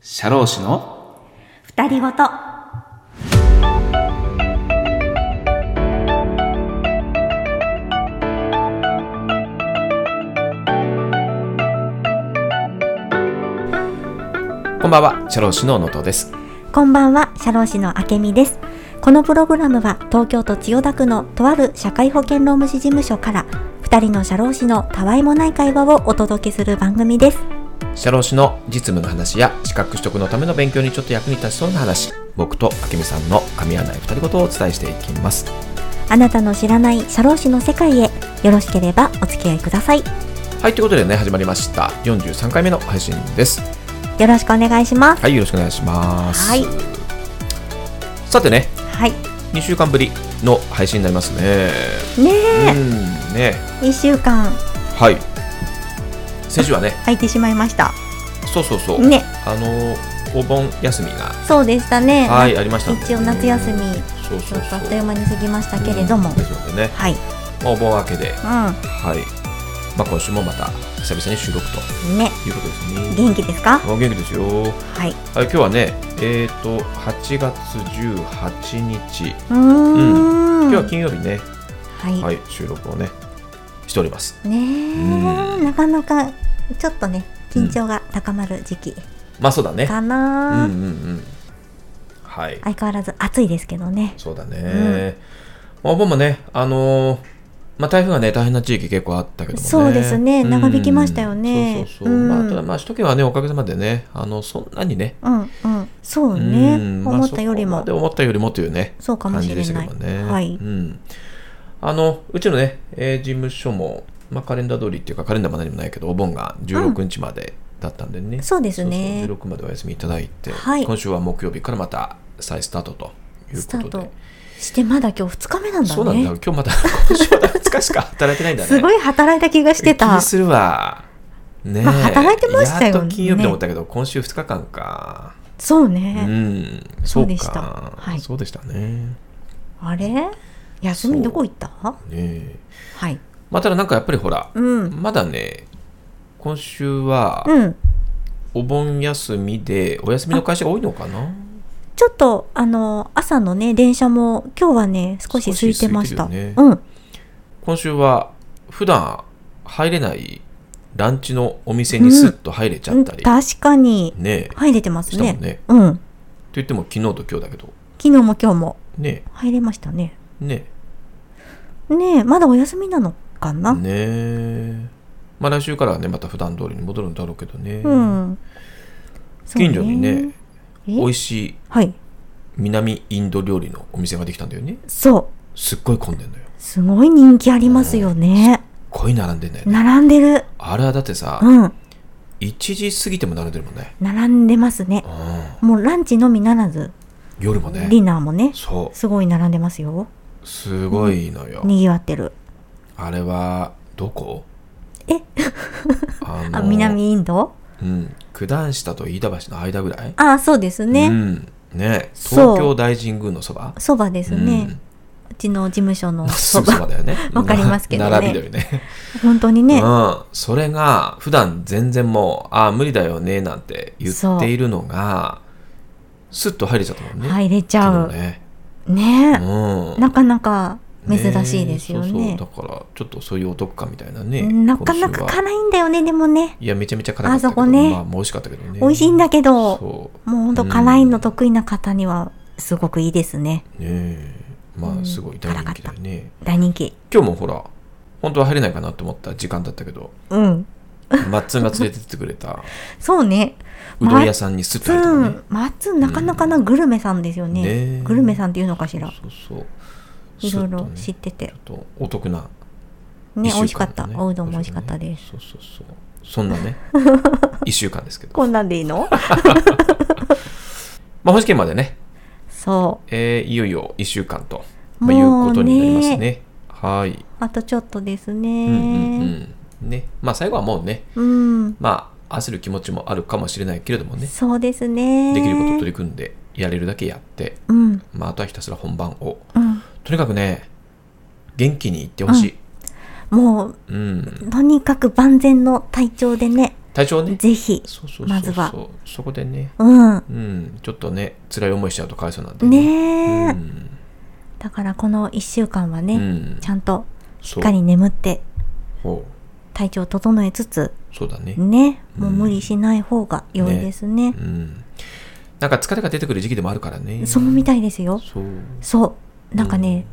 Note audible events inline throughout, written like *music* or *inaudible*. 社労士の二人ごと。こんばんは社労士の能登ですこんばんは、社労士のあけみです。このプログラムは東京都千代田区のとある社会保険労務士事務所から二人の社労士のたわいもない会話をお届けする番組です。社労士の実務の話や資格取得のための勉強にちょっと役に立ちそうな話僕と明美さんの噛み合わない二人ごとをお伝えしていきますあなたの知らない社労士の世界へよろしければお付き合いください。はいということでね始まりました43回目の配信ですよろしくお願いします。はいよろしくお願いしますはいさてねはい。 2週間ぶりの配信になりますねねうんねえ、一週間はい先週はね空いてしまいました。そうそうそう、ね、あのお盆休みがそうでしたね。はいありましたんで一応夏休み、そうちそょうっとそあうっという間に過ぎましたけれども。うんですのでね、はい。まあ、お盆明けでうはい、まあ、今週もまた久々に収録とん。ね、いうことですね。元気ですかお元気ですよ。はい、はい。今日はね、えっ、と8月18日、うーん。今日は金曜日ね、はい。はい、収録をねしております。ねえ、うんなかなかちょっとね緊張が高まる時期まあそうだね。かうんな、うんうん。はい、相変わらず暑いですけどね。そうだね。まあお盆もね、あのーまあ、台風がね大変な地域結構あったけどもねそうですねうん長引きましたよねそうそうそう、まうあ、んただまあ首都圏はねおかげさまでねあのそんなにねうんうん、そうね、うん思ったよりまあそこまもで、思ったよりもというねそうかもしれな感いじでしたけどね、はういん、あのうちのね、えー事務所も、まあ、カレンダー通りっていうかカレンダーも何もないけどお盆が16日までだったんでね、そうですねそうそう16までお休みいただいて、はい今週は木曜日からまた再スタートというスタこーとでトしてまだ今日2日目なんだそうなんだね今。日また今週は2日しか働いてないんだねすごい働いた気がして気たに。するわねえまあ働いてましたよねやっと金曜日と思ったけど今週2日間かそううね、んそうでかしたはいそうでしたねあれ休みどこ行ったはねえい。まあ、ただなんかやっぱりほら、うん。まだね今週はうん。お盆休みでお休みの会社が多いのかなちょっと、あの、朝のね、電車も今日はね、少し空いてました。少し空いてるうん。今週は普段入れないランチのお店にスッと入れちゃったり、うん確かにねえ入れてますしたねもんねうんと言っても昨日と今日だけど昨日も今日もね入れましたねえねねえまだお休みなのかえな、ねえまあ来週からはねまた普段通りに戻るんだろうけどね、うん近所にねそ美うねえ味しいはい南インド料理のお店ができたんだよねそうすっごい混んでんのよすごい人気ありますよね恋並んでんだよね並んでるあれはだってさ、うん1時過ぎても並んでるもんね、並んでますねうん、もうランチのみならず夜もねディナーもねそすごい並んでますようすごいのよ、にぎわってるあれはどこえあの *laughs* あ南インドうん九段下と飯田橋の間ぐらいあそうですうねんねそう東京大神宮のそばそばですね、うちの事務所うのん、すそ *laughs* ぐそばばだよね *laughs* わかりますけどね並びだよね本当にねうんそれが普段全然もうああ無理だよねなんて言っているのがスッと入れちゃったもんね入れちゃ昨う日ねねうんなかなか珍しいですよね。えそうそうだからちょっとそういうお得感みたいなねなかなか今週は辛いんだよね、でもね。いやめちゃめちゃ辛かったあけどそこねまあ、美味しかったけどね美味しいんだけど、もそうほんと辛いの得意な方にはすごくいいですね。うねえまあすごい大人気だよね、大人気。今日もほら本当は入れないかなと思った時間だったけ *laughs* どうん。マッツンが連れてってくれたそうね。うどん屋さんにスッとツ入れたのねン、マッツンなかなかなグルメさんですよねね。えグルメさんっていうのかしら。そうそういろいろス知ッってて。とねちょっとお得なね、一週間だね美味しかった。おうどんも美味しかったです。そうそうそうそんなね一週間です *laughs* けどこんなんでいいのまあ本試験までねそえーいよいよ1週間と、まあ、いうもうねことになりますね。はい、う。あとちょっとですうんね。うんうんね。まあ最後はもうね、うん。まあ焦る気持ちもあるかもしれないけれどもね、そうですね。できること取り組んで、やれるだけやって、うん。まああとはひたすら本番を。うん。とにかくね、元気にいってほしい。もううん。とにかく万全の体調でね体調ね。ぜひ。そうそうそうそう。まずはそこでね。うん。うん、ちょっとね、辛い思いしちゃうとかわいそうなんでねえ、うんだからこの1週間はね、うんちゃんとしそっうかり眠ってほ体調整えつつ、うそうだね。ね、もううん無理しない方が良いねですね。うん。なんか疲れが出てくる時期でもあるからね。そうみたいですよ。そう。そう。なんかね、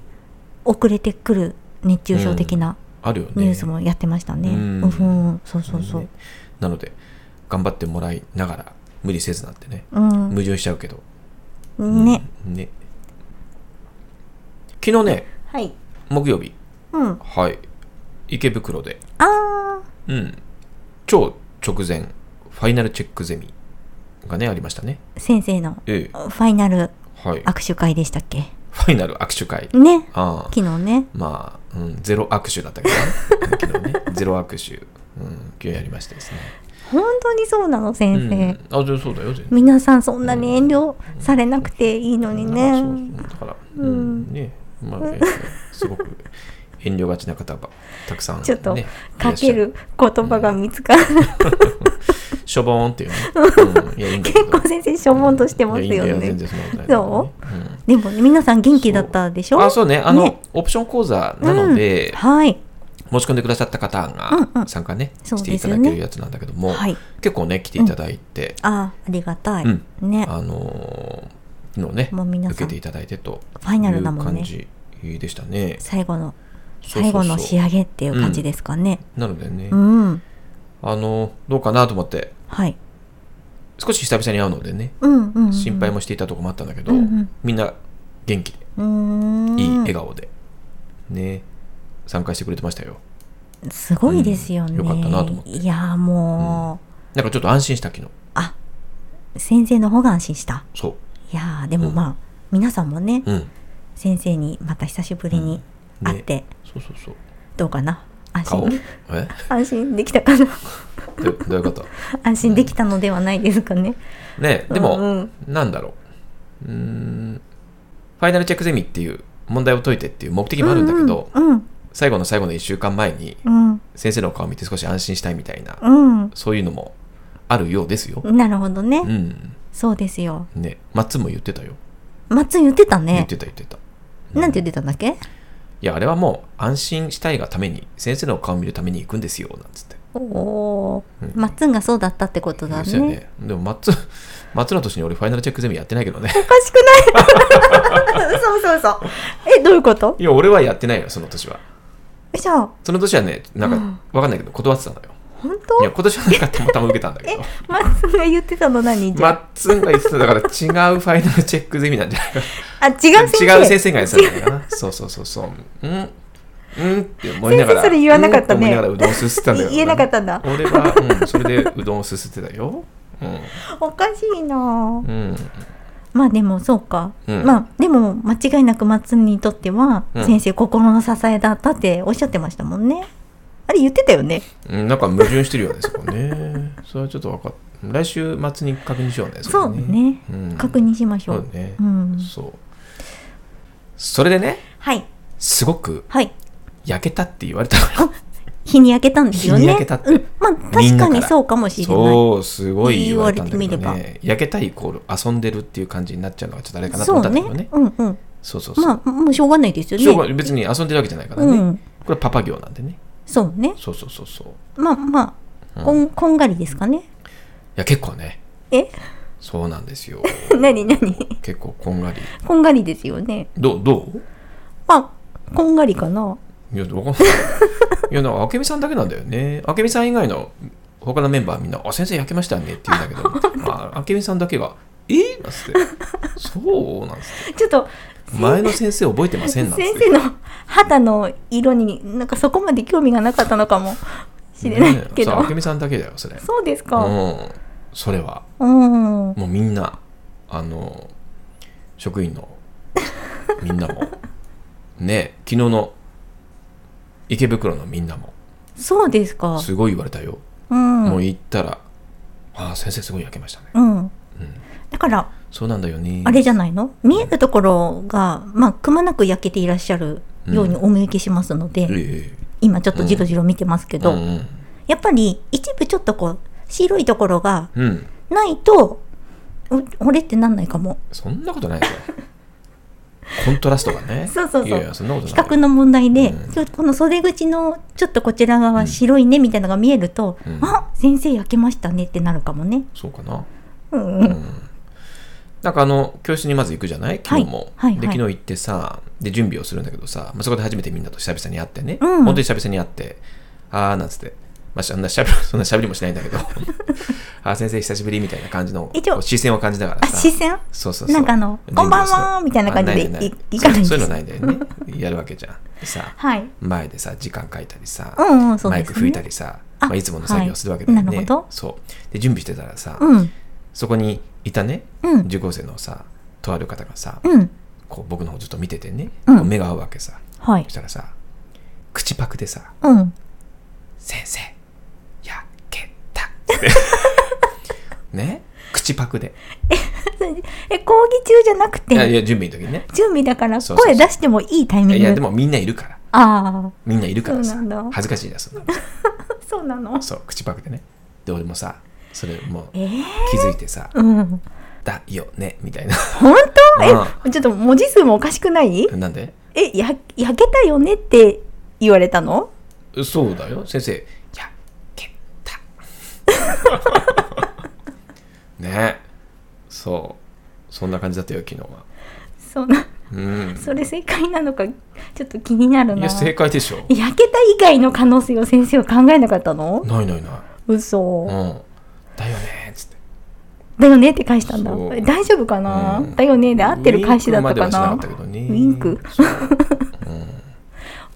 遅れてくる熱中症的なあるよね。ニュースもやってましたね。ううんん、うん、そうそうそねう。なので、頑張ってもらいながら、無理せずなんてね。うん。矛盾しちゃうけど。ね。うん。ね。昨日ね、はい。木曜日、うん。はい、池袋で、あうん、超直前、ファイナルチェックゼミがね、ありましたね。ー、先生のええファイナルはい。握手会でしたっけファイナル握手会。ね。ああ昨日ね。まあ、うん、ゼロ握手だったけどね昨日 *laughs* ね。ゼロ握手、うん、今日やりましてですね。本当にそうなの、う先生。ん、あ、でそうだよ、全然。皆さんそんなに遠慮されなくていいのにね。なんかそうそうだから、うん、ね、まあ、えーすごく遠慮がちな方ばたくさん、ね、ちょっといらかっしけゃる言葉が見つからない。しょぼーんっていうね。うん、いや、いいんだけど結構先生しょぼんとしてますいやよいいんだ全然ね。そんなことないそうんでもね、皆さん元気だったでしょあ、そうね。あの、ねオプション講座なので、はい。申し込んでくださった方うんうがん参加ね、そうしていですたよだねけるやつなんだけども、はい。結構ね、来ていただいて、ああ、ありがたい。うんね。あのー、昨日ね、もう皆受さけんて、いただいてとファイいナルうだもん感ね。じでしたね。最後の、そうそ最うそう後の仕上げっていう感じですかね。なのでねう、ん。あの、どうかなと思って、はい。少し久々に会うのでね、うんうんうん。心配もしていたとこもあったんだけどうんうん、みんな元気で、うーん。いい笑顔で、ね、参加してくれてましたよ。すごいですよね。うんよかったなと思っていやーもなんかちょっと安心した昨日。う、あ、先生の方が安心した。そいやーでもうんまあ、皆さんもね、う。うん。先生にまた久しぶりにうんね会って、そうそうそう。どうかな安顔心え *laughs* 安心できたかどなどういうこと安心できたのではないですかね。ねでうも、んなんだろう。うーん。ファイナルチェックゼミっていう問題を解いてっていう目的もあるんだけど、うんうん最後の最後の1週間前にうん先生の顔を見て少し安心したいみたいな、うん、そういうのもあるようですよ。うん、なるほどね、うん。そうですよ。ね、マッツンも言ってたよ。マッツン言ってた言っね。てた言ってた。なんて言ってたんだっけいや、あれはもう安心したいがために、先生の顔を見るために行くんですよ、なんつって。おおー、うんマッツンがそうだったってことだですよね。ね。でも、 *laughs* 松、松の年に俺、ファイナルチェックゼミやってないけどね。 *laughs* おかしくない *laughs* そうそうそう。え、どういうこといや、俺はやってないよ、その年は。じゃあ、その年はね、なんうかん、わかんないけど、断ってたのよ。本い当や、今年はなんか、たまたま受けたんだけえど。、マッツンが言ってたの何じゃマあ、ッツンが言ってた、だから違うファイナルチェックゼミなんじゃ *laughs* ないか。あ、違う先生。違う先生がやってたんだよな。そうそうそうそう。うんうんって思いながら。先生それ言わなかったうんねって思いながらうどんすすってたんだよ。言えなかったんだ俺は、うん、それでうどんをすすってたよ。うん。おかしいなぁうん。まあでもそうか、うんまあでも間違いなく松にとってはうん先生心の支えだったっておっしゃってましたもんねあれ言ってたよねうんなんか矛盾してるよね、そこね。それはちょっとわかっ来週末に確認しようね。れそうね、うん確認しましょそううね。んそう。それでね、はいすごくはい焼けたって言われたのよ。日に焼けたんですよね日に焼けたってうん、まあみん確なかからにそうかもしれないそう、すごい言われたんだけど言われてね。焼けたイコール遊んでるっていう感じになっちゃうのがちょっとあれかなとそ思っうたんだねけどね。うんうんそうそうそう。まあもうしょうがないですよねしょうが別に遊んでるわけじゃないからね。うんこれパパ行なんでね。そうねそうそうそうそう。いまあまあ、こんこんがりですかねや、結構ね、えそうなんですよ。 *laughs* 何何結構こんがり。こんがりですよねどうどうまあこんがりかないや、わかんない。いや、なんか、あけみさんだけなんだよね。あけみさん以外の他のメンバーみんな、あ、先生焼けましたねって言うんだけ *laughs* ど、ああけみさんだけが、えなんつって、そうなんつって、ちょっと前の先生覚えてませんなんつって。先生の肌の色になんかそこまで興味がなかったのかもしれないけねえそうど、あけみさんだけだよ、それ。うそうですかん。それは、うん、もうみんな、あの、職員のみんな *laughs* も、ねえ、昨日の池袋のみんなも、そうですかすごい言われたよ。うんもう行ったら、ああ、先生すごい焼けましたね。ううんんだからそうなんだよね。あれじゃないの見えるところがまあくまなく焼けていらっしゃるようにお見受けしますので、ええ今ちょっとじろじろ見てますけど、うんうんやっぱり一部ちょっとこう白いところがうんないと、う俺ってなんないかも。そんなことないですよコントラストがね *laughs* そうそうそういやいやそんなこと比ない較の問題で、うんちょこの袖口のちょっとこちら側白いねみたいなのが見えると、うんあ先生焼けましたねってなるかもね。そうかなうんうんなんかあの教室にまず行くじゃない昨日も、はいはいで昨日行ってさで準備をするんだけどさ、まあ、そこで初めてみんなと久々に会ってね、うん本当に久々に会ってああなんつって、まあ、しゃんなしゃべ *laughs* そんなしゃべりもしないんだけど *laughs* ああ先生久しぶりみたいな感じの一応こう視線を感じながらあさ視線そうそうそうなんかあの「準備こんばをんするは」みたいな感じであないいいかないんですそうそういうのないんだよねやるわけじゃんでさはい。前でさ時間書いたりさ、うんうんそうマでイすクね吹いたりさ、あまあ、いつもの作業をするわけだよね、はいなるほどそうで準備してたらさ、うんそこにいたね、うん受講生のさとある方がさ、うんこう僕の方ずっと見ててね、うんこう目が合うわけさはいそし。たらさ口パクでさうん「先生やけ *laughs* た」ね口パクでえ講義中じゃなくいやいてや準備の時にね準備だからそうそうそ声う出してもいいタイミングいやでもみんないるからあみんないるからそさうなんだ恥ずかしいなそんなのあそうなのそう口パクでねで俺もさそれもうえー、気づいてさうん「だよね」みたいな *laughs* 本う当えちょっと文字数もおかしくないなんでえや焼けたよねって言われたのそうだよ先生やけ *laughs* たねそうそんな感じだったよ昨日はそうなうんそれ正解なのかちょっと気になるいなや正解でしょ焼けた以外の可能性を先生は考えなかったのないないない嘘うんだよねっつってだよねって返したんだそうえ大丈夫かな、うんだよねで合ってる返しだったかなウィンクまではしなかったけどねウィンク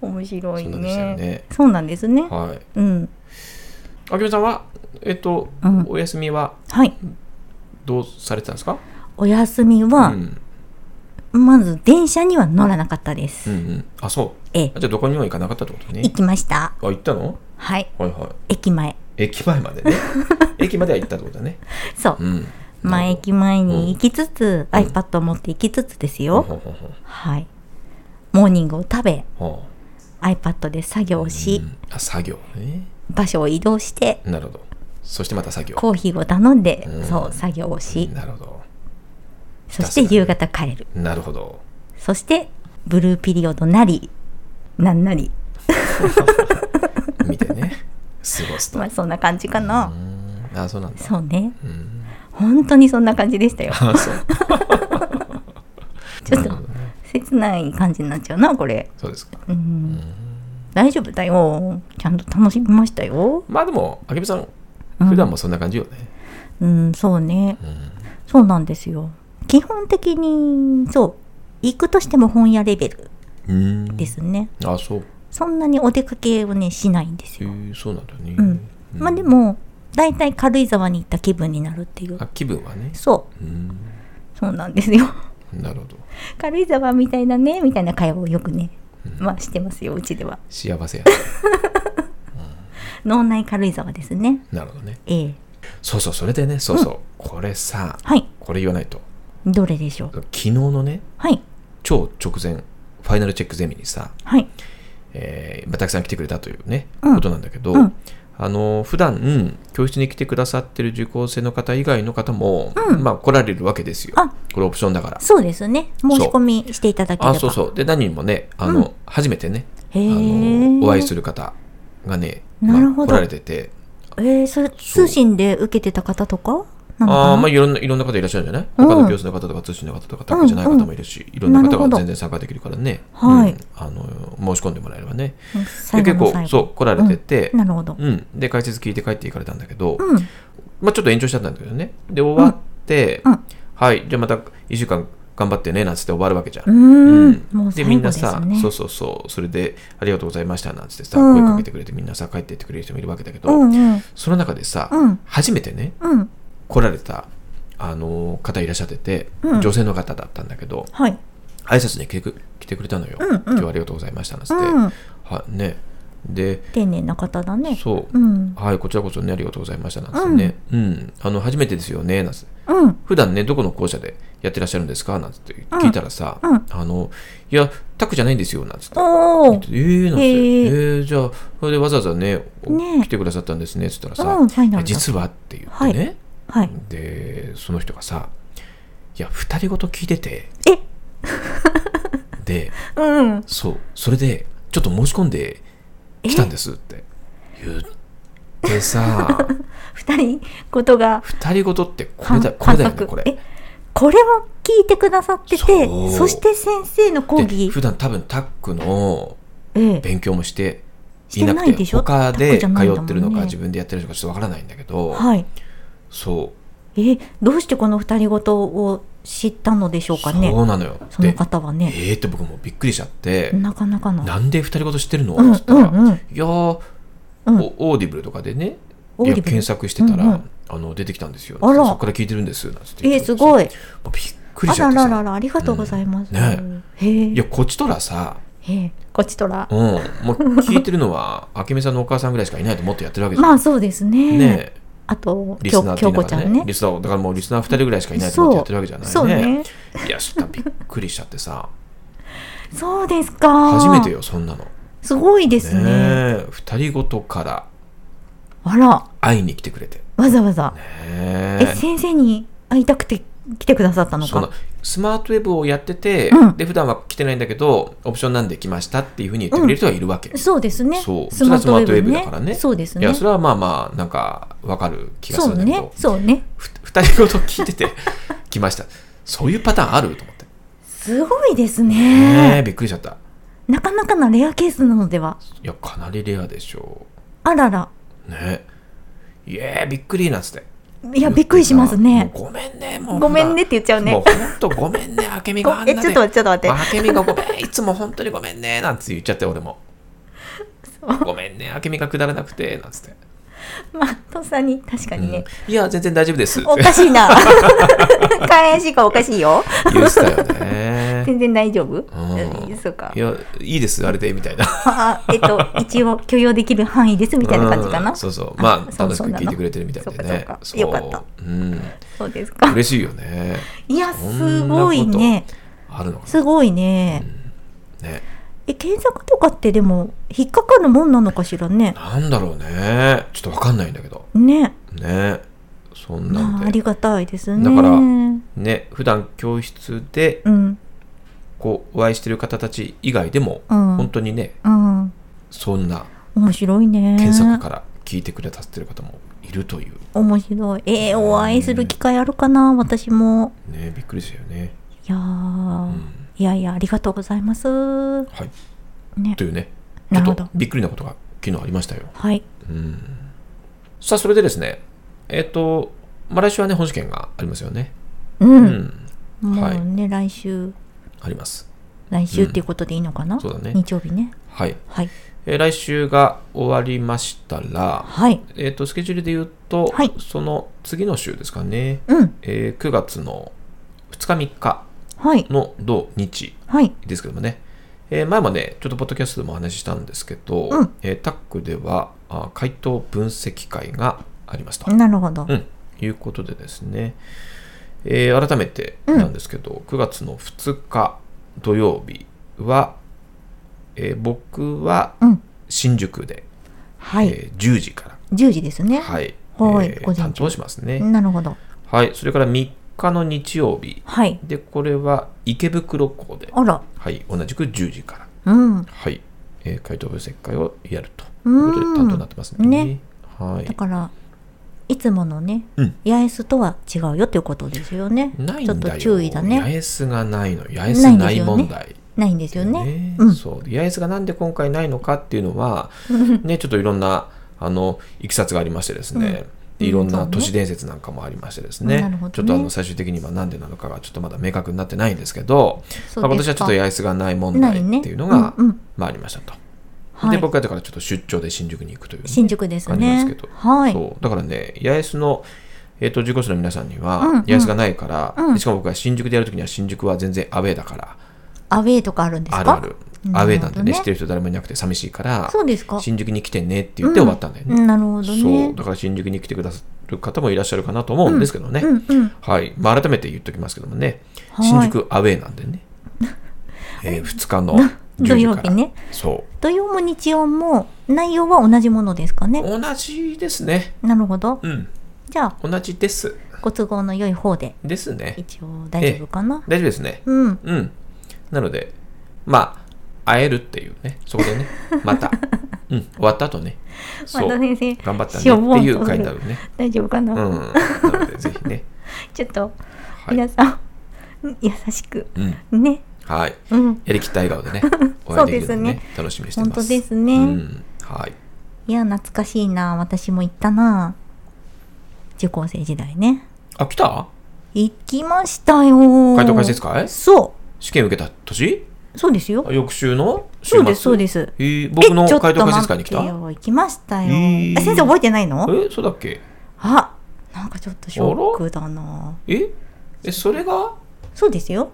そう面白いそうなんですよねねそうなんですねはいうんあきめさんはえっと、うんお休みははいどうされてたんですかお休みうは、ん、まず電車には乗らなかったでうす、んうんあそうええあじゃあどこにも行かなかったってことね行きましたあ行ったのはいはいはい駅前駅前までね *laughs* 駅までは行ったってことだねそう、うんまあ駅前に行きつつ、うん iPad を持って行きつつですほうよ、ほうほうほうはいモーニングを食べは iPad で作業あしう、んあ作業ね場所を移動してなるほどそしてまた作業コーヒーを頼んで、うんそう作業をし、なるほどそして夕方帰るなるほどそしてブルーピリオドなりなんなり見てね *laughs* 過ごすと、まあそんな感じかうな、んあそうなんだそうねうん本当にそんな感じでしたよあそうちょっなるほとどね *laughs* 切ない感じになっちゃうなこれそうですかうん、大丈夫だよちゃんと楽しみましたよまあでもあけみさんうん普段もそんな感じよね、うんそうねうんそうなんですよ基本的にそう行くとしても本屋レベルうんですね、あそうそんなにお出かけをねしないんですへよ、えそうなんだね、うんまあでもだいたい軽井沢に行った気分になるっていうあ気分はねそうんうそうなんですよ *laughs* なるほど軽井沢みたいだねみたいな会話をよくねまあしてますようちでは幸せや脳内軽井沢ですねなるほどねええそうそうそれでねそうそう、これさはいこれ言わないとどれでしょう昨日のねはい超直前ファイナルチェックゼミにさ、はいえーまあ、たくさん来てくれたというね、うんことなんだけど、うんあの普段教室に来てくださってる受講生の方以外の方も、まあ、来られるわけですよあこれオプションだからそうですね申し込みしていただければあそうそうで何人もねあの、初めてねあへーのお会いする方がね、なるほど来られててえー、それ通信で受けてた方とかなのかなあーまあ、いろんないろんな方いらっしゃるんじゃないうん他の教室の方とか通信の方とか宅じゃない方もいるし、いろんななる方ほどが全然参加できるからね、はいうんあの申し込んでもらえればねうんで最後結の構最後そう来られてて、なるほどうんで解説聞いて帰っていかれたんだけど、うんまあ、ちょっと延長しちゃったんだけどねで終わって、うんうんはいじゃあまた1週間頑張ってねなんつって終わるわけじゃん。ううーんんもうで最みん後なですさ、ねそうそうそうそれで「ありがとうございました」なんつってさ、う声んかけてくれてみんなさ帰ってってくれる人もいるわけだけど、うんうんその中でさ、うん初めてねうん来られた、あのー方いらっしゃってて、うん女性の方だったんだけどはい挨拶に来てく来てくれたのよ、うんうん今日はありがとうございました」なんつって、うんはねで丁寧な方だねそうう、んはい、こちらこそね、ありがとうございました、なんですね。うん、あの、初めてですよね、なんつってうん普段ね、どこの校舎でやってらっしゃるんですかなんつって聞いたらさ、うんうんあの、いや、タックじゃないんですよ」なんつって。おおえー、なんて、えへーーじゃあそれでわざわざねおねえ来てくださったんですねっつったらさ、うんそうなんだ実はって言ってね、はいでその人がさ「いや二人ごと聞いててえ」でうんそうそれでちょっと申し込んでえ来たんですって言ってさ二人ことが二人ごとってこれだ感これだよ感ね覚これ。えこれを聞いてくださっててそうそして先生の講で義普段多分タックのええ勉強もしてしていななくていでしょ他タックでじ通ゃないんだもんねってるのか、自分でやってるのかちょっとわからないんだけど、はいそうえどうしてこの二人ごとを知ったのでしょうかねそうなのよその方はねえーって僕もびっくりしちゃって、なかなかのなんで二人ごと知ってるのうんつったら、うんうんいやー、うんおオーディブルとかでねオーいデやィブル検索してたら、うんうんあの出てきたんですよあらそこから聞いてるんですなんつってえ言っえてすごいもうびっくりあしちゃらってらさららありがとうございます、うんねへえいやこっちとらさ、へえこっちとらうん、もう聞いてるのは *laughs* 明美さんのお母さんぐらいしかいないと思ってやってるわけじゃん、まあそうですねねえあとリきょスナーってい京うの子がちゃんねリスナーだからもうリスナー2人ぐらいしかいないとそ思うってやってるわけじゃないそうねいやしたびっくりしちゃってさそうですか初めてよそんなのねすごいですねえ二人ごとからあら会いに来てくれてわざわざ、ねえ先生に会いたくて来てくださったのそんなかスマートウェブをやってて、うんで普段は来てないんだけどオプションなんで来ましたっていうふうに言ってくれる人はいるわけ、そそうですねそうスマートウェブ,、ね、それはスマートウェブだからねそうですいねやそれはまあまあなんかわかる気がすそるんうだけど、ねそうねふ二人ごと聞いて *laughs* て来ましたそういうパターンあると思ってすごいですねえねびっくりしちゃったなかなかなレアケースなのではいやかなりレアでしょあららうねえいえびっくりなんつっていやびっくりしますねもうごめんねもうごめんねって言っちゃうねもうほんとごめん *laughs* ね、あけみがあんな、えね、ちょっとちょっと待ってあけみがごめん、いつも本当にごめんね、なんつって言っちゃって、俺も。ごめんね、あけみがくだらなくて、なんつって。まあとっさに確かにね、うんいや、全然大丈夫ですっておかしいな *laughs* 返しがおかしいよ言ってたよね。 *laughs* 全然大丈夫、うんうんそうかいや、いいです、あれで、みたいな。あえ *laughs* っと一応許容できる範囲ですみたいな感じかな、うんそそううそう。まああ、そう楽しく聞いてくれてるみたいそうでなのね。そうかそうかよかったそううん。ですか嬉しいよね。いやそんすなことごいねあるのかすごいね、なね。え検索とかってでも引っかかるもんなのかしらねなんだろうね。ちょっとわかんないんだけど。ねね。そんなんまあ、でありがたいですねだからね普段教室でうんこうお会いしてる方たち以外でも、うん本当にねうんそんな面白いね検索から聞いてくれたってる方もいるという、面白いえー、お会いする機会あるかな私もねびっくりしたよね。いやー、うんいやいやありがとうございますはい、ねというねちなるょほっどとびっくりなことが昨日ありましたよ。はいうん、さあそれでですねえっ、と、まあ、来週はね本試験がありますよね。う、うんん、もはいうね、来週あります。来週っていうことでいいのかな、そうだね日曜日ねはい、はいえー来週が終わりましたら、はいえっとスケジュールで言うと、はいその次の週ですかね。うんえー9月の2日3日はいの土日はいですけどもね、えー前もねちょっとポッドキャストでもお話ししたんですけど、うんえータックではあ回答分析会がありますと、なるほど、うん、いうことでですね、えー改めてなんですけど、9月の2日土曜日は、えー僕はうん新宿で、はい、えー10時か10時ですねら、はいはいえー午前中担当しますね、なるほどはい、それから3日の日曜日はいで、これは池袋港で、あらはい、同じく10時から、うんはい、えー回答分析会をやるとういうーんことで担当になってますね。ねはいだ。からいつものね、うん八重洲とは違うよっていうことですよねないんちだょよ。っと注意だ八ね重洲がないの。八重洲ない問題。ないんですよねねうんそう。八重洲がなんで今回ないのかっていうの *laughs* は、ね、ちょっといろんな、あの、いきさつがありましてですね。でいろんうんなそうね都市伝説なんかもありましてですなるねほどねちょっとあの最終的には何でなのかがちょっとまだ明確になってないんですけど、そうですかまあ、私はちょっと八重洲がない問な題いねっていうのが、うんうんまあ、ありましたと。はいで僕はだからちょっと出張で新宿に行くというね、新宿です感じなんねですけど、はいそうだからね八重洲の、えー、と受講者の皆さんには、うんうん八重洲がないから、うんしかも僕は新宿でやるときには新宿は全然アウェーだからアウェイとかあるんですかあるあるなるほどねアウェーなんでね知ってる人誰もいなくて寂しいからそうですか新宿に来てねって言って終わったんだよね、うんなるほどそねうだから新宿に来てくださる方もいらっしゃるかなと思うんですけどね、うんうんはい、まあ、改めて言っておきますけどもねはい *laughs* 新宿アウェーなんでね、えー、2日のな土10時曜か日ら、ねそ土曜も日曜も内容は同じものですかうね同じですねなるほどうんじゃあ同じですご都合の良い方でですね一応大丈夫かな大丈夫ですねうんうんなのでまあ会えるっていうねそこ *laughs* でねまた、うん、終わった後ねそ和田う先生頑張ったしょねぼっんてという回だよね大丈夫かうな、んなのでぜひね *laughs* ちょっとはい、皆さん、優しくうん、ねはいうんやりきった笑顔 *laughs* でねお会いできるのねそうで楽しみにしてま本す当ですうね、んはいいや懐かしいな私も行ったな受講生時代ねあ来た行きましたよ回答解説会そ試験受けた年うそうですよあ翌週の週末そうですそうですえー僕のえちょっ回答と解待っ説て会に来たえよ行きましたよ、えーあ先生覚えてないのそうだっけあなんかちょっとショックだなええそれがそうですよ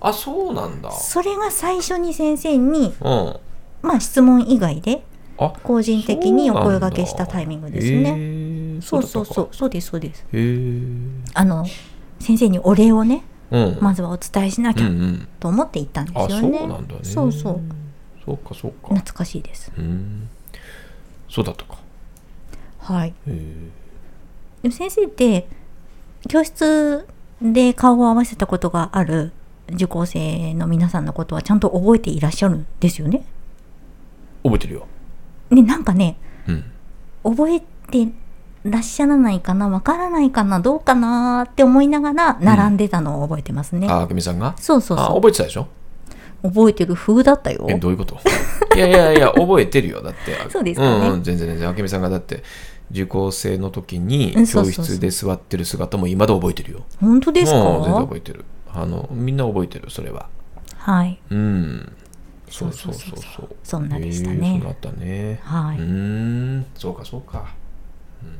あそうなんだそれが最初に先生にうんまあ質問以外であ個人的にお声掛けしたタイミングですねねそうそうそうそうですそうですへえうんあの先生にお礼をねままずはお伝えしなうきんゃうんと思って行ったんですあよそうね、なんだねそうそうそうかそうか懐かしいですうんそうだったかはいへえでも先生って教室で顔を合わせたことがある受講生の皆さんのことはちゃんと覚えていらっしゃるんですよね覚えてるよねなんかねうん覚えてらっしゃらないかなわからないかなどうかなって思いながら並んでたのを覚えてますね、ああけみさんがそうそうあそ覚えてたでしょう覚えてる風だったよえどういうこと *laughs* いやいやいや覚えてるよだってあ *laughs* そうですかねんうん、全然全然あけみさんがだって受講生の時にうんそう教そうそう室で座ってる姿も今で覚えてるよ本当ですうん全然か覚えてるあのみんな覚えてるそれははいうんそうそうそうそうそうそんなでしたえーねそうだったねはいうーんそうかそうかうーん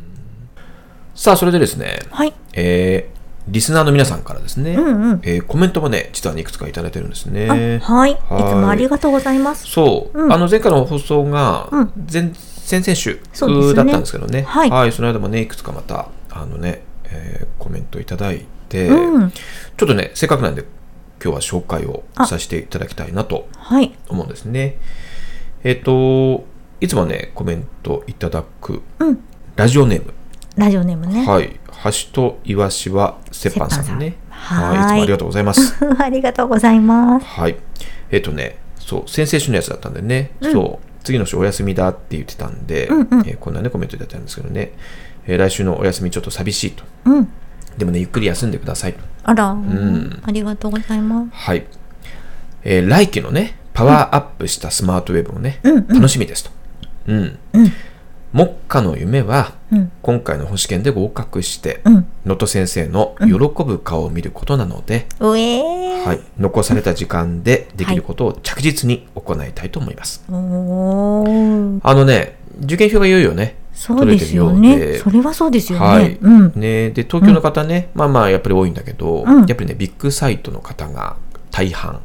さあそれでですねはいえーリスナーの皆さんからですね、うんうんえーコメントもね実はねいくつかいただいてるんですねあはいいつはいもありがとうございますそう、うんあの前回の放送がうん前、先々週そうですねだったんですけどねはいその間もねいくつかまたあのね、えーコメントいただいて、うんちょっとねせっかくなんで今日は紹介をさせていただきたいなとはい思うんですねえっ、といつもねコメントいただくうんラジオネーム、ラジオネームねはい橋とイワシはセッパンさんね折半さんはいいつもありがとうございます *laughs* ありがとうございますはい。えっ、とね、そう、先々週のやつだったんでね、うんそう、次の週お休みだって言ってたんで、うんうんえーこんなね、コメントいただいたんですけどね、えー来週のお休みちょっと寂しいと。うんでもね、ゆっくり休んでくださいと。あら、んありがとうございますはい。えー来期のね、パワーアップしたスマートウェブをね、うんうん楽しみですと。うん。うん目下の夢は、うん今回の保試験で合格して、うん能登先生の喜ぶ顔を見ることなので、うえー、はい、残された時間でできることを着実に行いたいと思います。おーあのね、受験票がいよいよね、そうですよ取れてるようねでそれはそうですよね、はい、うんね、で東京の方ね、まあまあやっぱり多いんだけど、うんやっぱりねビッグサイトの方が大半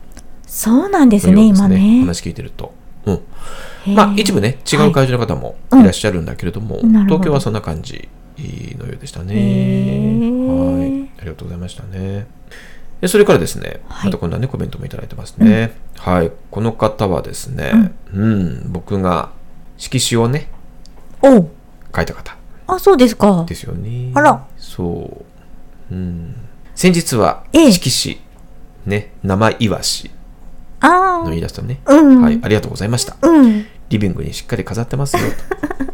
そうなんですのねようです今ね、ね話聞いてると、うん、まあ一部ねね違う会場の方もはいいらっしゃるんだけれども、うんなるほど東京はそんな感じのようでしたね。へーはい、ありがとうございましたね。でそれからですね、はいまたこんなねコメントもいただいてますね。はい、この方はですね、うん、僕が色紙をねおう書いた方。あそうですかですよね。あら。そう。うん。先日は、ええ色紙、ね、生イワシあのあイラストね。うん、はい、ありがとうございました。うんリビングにしっかり飾ってますよ。 *laughs*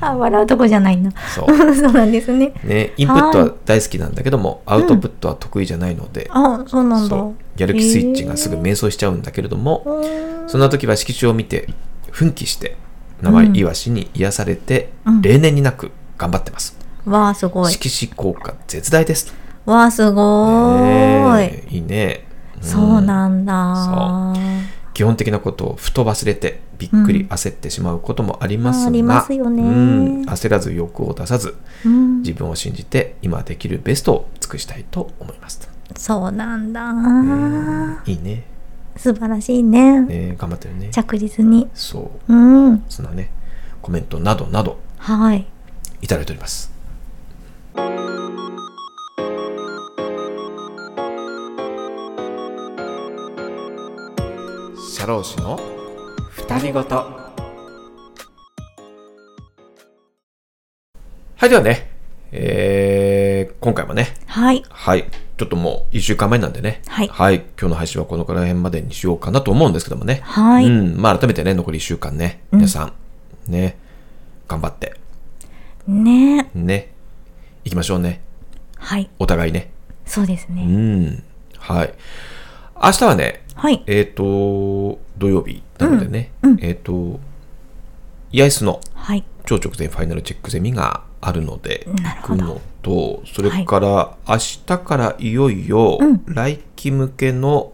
あ笑うとこじゃない *laughs* なそ。そううなんですねね、インプットはは大好きなんだけども、アウトプットは得意じゃないので、あそうなんだそう。やる気スイッチがすぐ迷走しちゃうんだけれども、そんな時は色紙を見て、奮起して、生イワシに癒されて、うん例年になく頑張ってます。わあすごい色紙効果絶大です。わあすごーい、ねえいいね。んそうなんだそ基本的なことをふと忘れてびっくうんり焦ってしまうこともありますが、ありますよねうん焦らず欲を出さずうん、自分を信じて今できるベストを尽くしたいと思います、そうなんだ、いいね素晴らしいねね頑張ってるね着実にそううんそんなねコメントなどなどはいいただいております社労士の二人ごとはいではね、えー、今回もねはいはいちょっともう1週間前なんでねはい今日の配信はこのくらいまでにしようかなと思うんですけどもねはい、うんまあ改めてね残り1週間ねうん皆さん、ね頑張ってねね行きましょうねはいお互いねそうですね、うんはい明日はねはいえっ、と土曜日なのでね、うんうんえっ、と八重洲のはい超直前ファイナルチェックゼミがあるのでなるほ行くどのとそれから明日からいよいようん来期向けの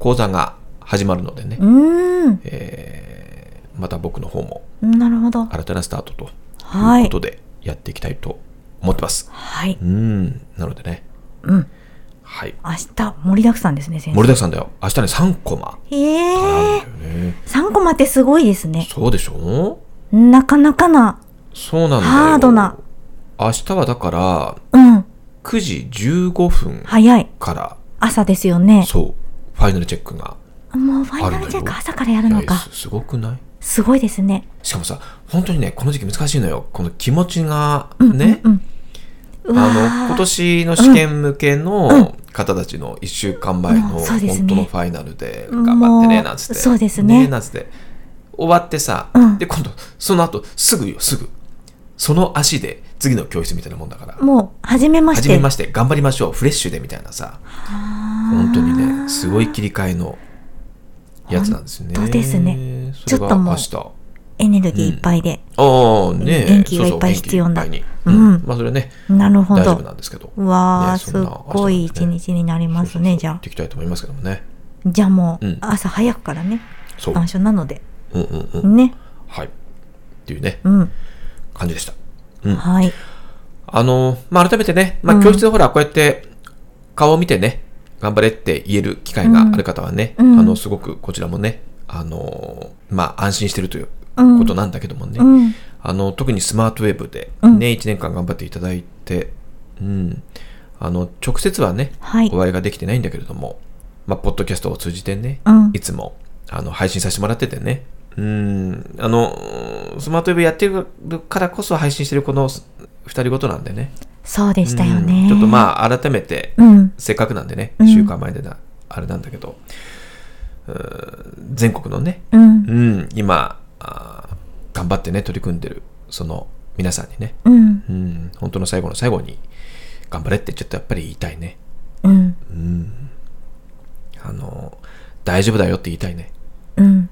講座が始まるのでね、うーんえーまた僕の方もなるほど新たなスタートというはこいとでやっていきたいと思ってます、はいうんなのでねうんはい明日盛りだくさんですね先盛り生だくさんだよ明日ね3コマへあえるんだよね、 3コマってすごいですねそうでしょなかなかなそうなんだよハードな明日はだからうん9時15分早いから、朝ですよねそうファイナルチェックがもうファイナルチェック朝からやるのいやかすすごくないすごいですねしかもさ本当にねこの時期難しいのよこの気持ちがね、うんうわあのー今年の試験向けうんうの方たちの1週間前のうん本そうですね当のファイナルで頑張ってもねうなんつってそうですねなんつって終わってさ、うんで今度その後すぐよすぐその足で次の教室みたいなもんだからもう初めまし初てめまして頑張りましょうフレッシュでみたいなさ本当にねすごい切り替えのやつなんですね本当ですねそれがちょっともう明日エネルギーいっぱいで、ああねえ元気がいっぱいそうそう元気必要なっぱいにうんうんまあそれねなるほ大丈夫どなんですけどうわあ、ねすそんっなごい朝なんでね一日になりますねじやゃっていきたいと思いますけどもねあじゃあもう、うん朝早くからねそう暗所なのでうんうんうんねはいっていうねうん感じでしたうんはいあのまあ改めてねまうあん教室でほらこうやって顔を見てね頑張れって言える機会がある方はねあうんうんのすごくこちらもねあのまあ安心してるといううんことなんだけどもねうんあの特にスマートウェブでうね、ん1年間頑張っていただいて、うん、あの直接はね、はいお会いができてないんだけれども、まあ、ポッドキャストを通じてね、うんいつもあの配信させてもらっててね、うん、あのスマートウェブやってるからこそ配信してるこの2人ごとなんでねそうでしたようね、んちょっとまあ改めて、うんせっかくなんでね、うん週間前でなあれなんだけど、うん全国のねうんうん、今あー頑張ってね取り組んでるその皆さんにね、うんうん、本当の最後の最後に頑張れってちょっとやっぱり言いたいねうんあの大丈夫だよって言いたいねうん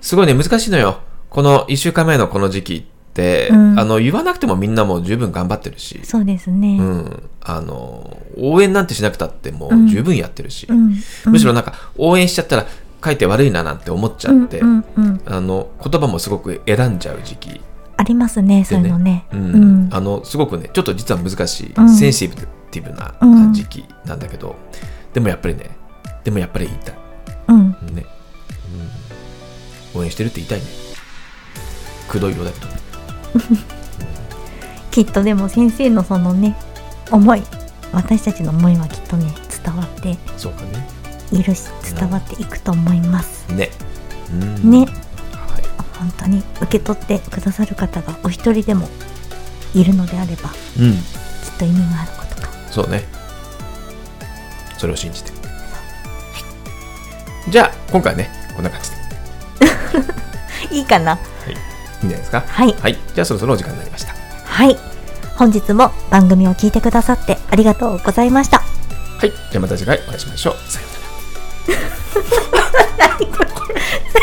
すごいね難しいのよこの1週間前のこの時期って、うんあの言わなくてもみんなもう十分頑張ってるし、そうですね、うん、あの応援なんてしなくたってもんう十分やってるし、うんむしろなんか応援しちゃったらかえって悪いななんて思っちゃって、うんうんうん、あの言葉もすごく選んじゃう時期ありますねそういうのねうんうんあのすごくねちょっと実は難しい、うんセンシティブなうん時期なんだけど、でもやっぱりねでもやっぱり言いたいうんね、うん、応援してるって言いたいねくどいようだけどきっとでも先生のそのね思い私たちの思いはきっとね伝わってそうかねいるし伝わっていくと思いますね、うん、ねはい本当に受け取ってくださる方がお一人でもいるのであればきうんっと意味があることかそうねそれを信じてじゃあ今回はねこんな感じでいいかないいんじゃないですかはいはいじゃあそろそろお時間になりましたはい本日も番組を聞いてくださってありがとうございましたはいじゃあまた次回お会いしましょうさ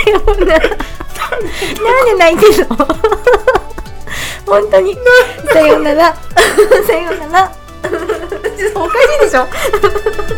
ようならさようなら。なんで泣いてんの。本当に。 *laughs* さようなら。さようなら。ちょっとおかしいでしょ。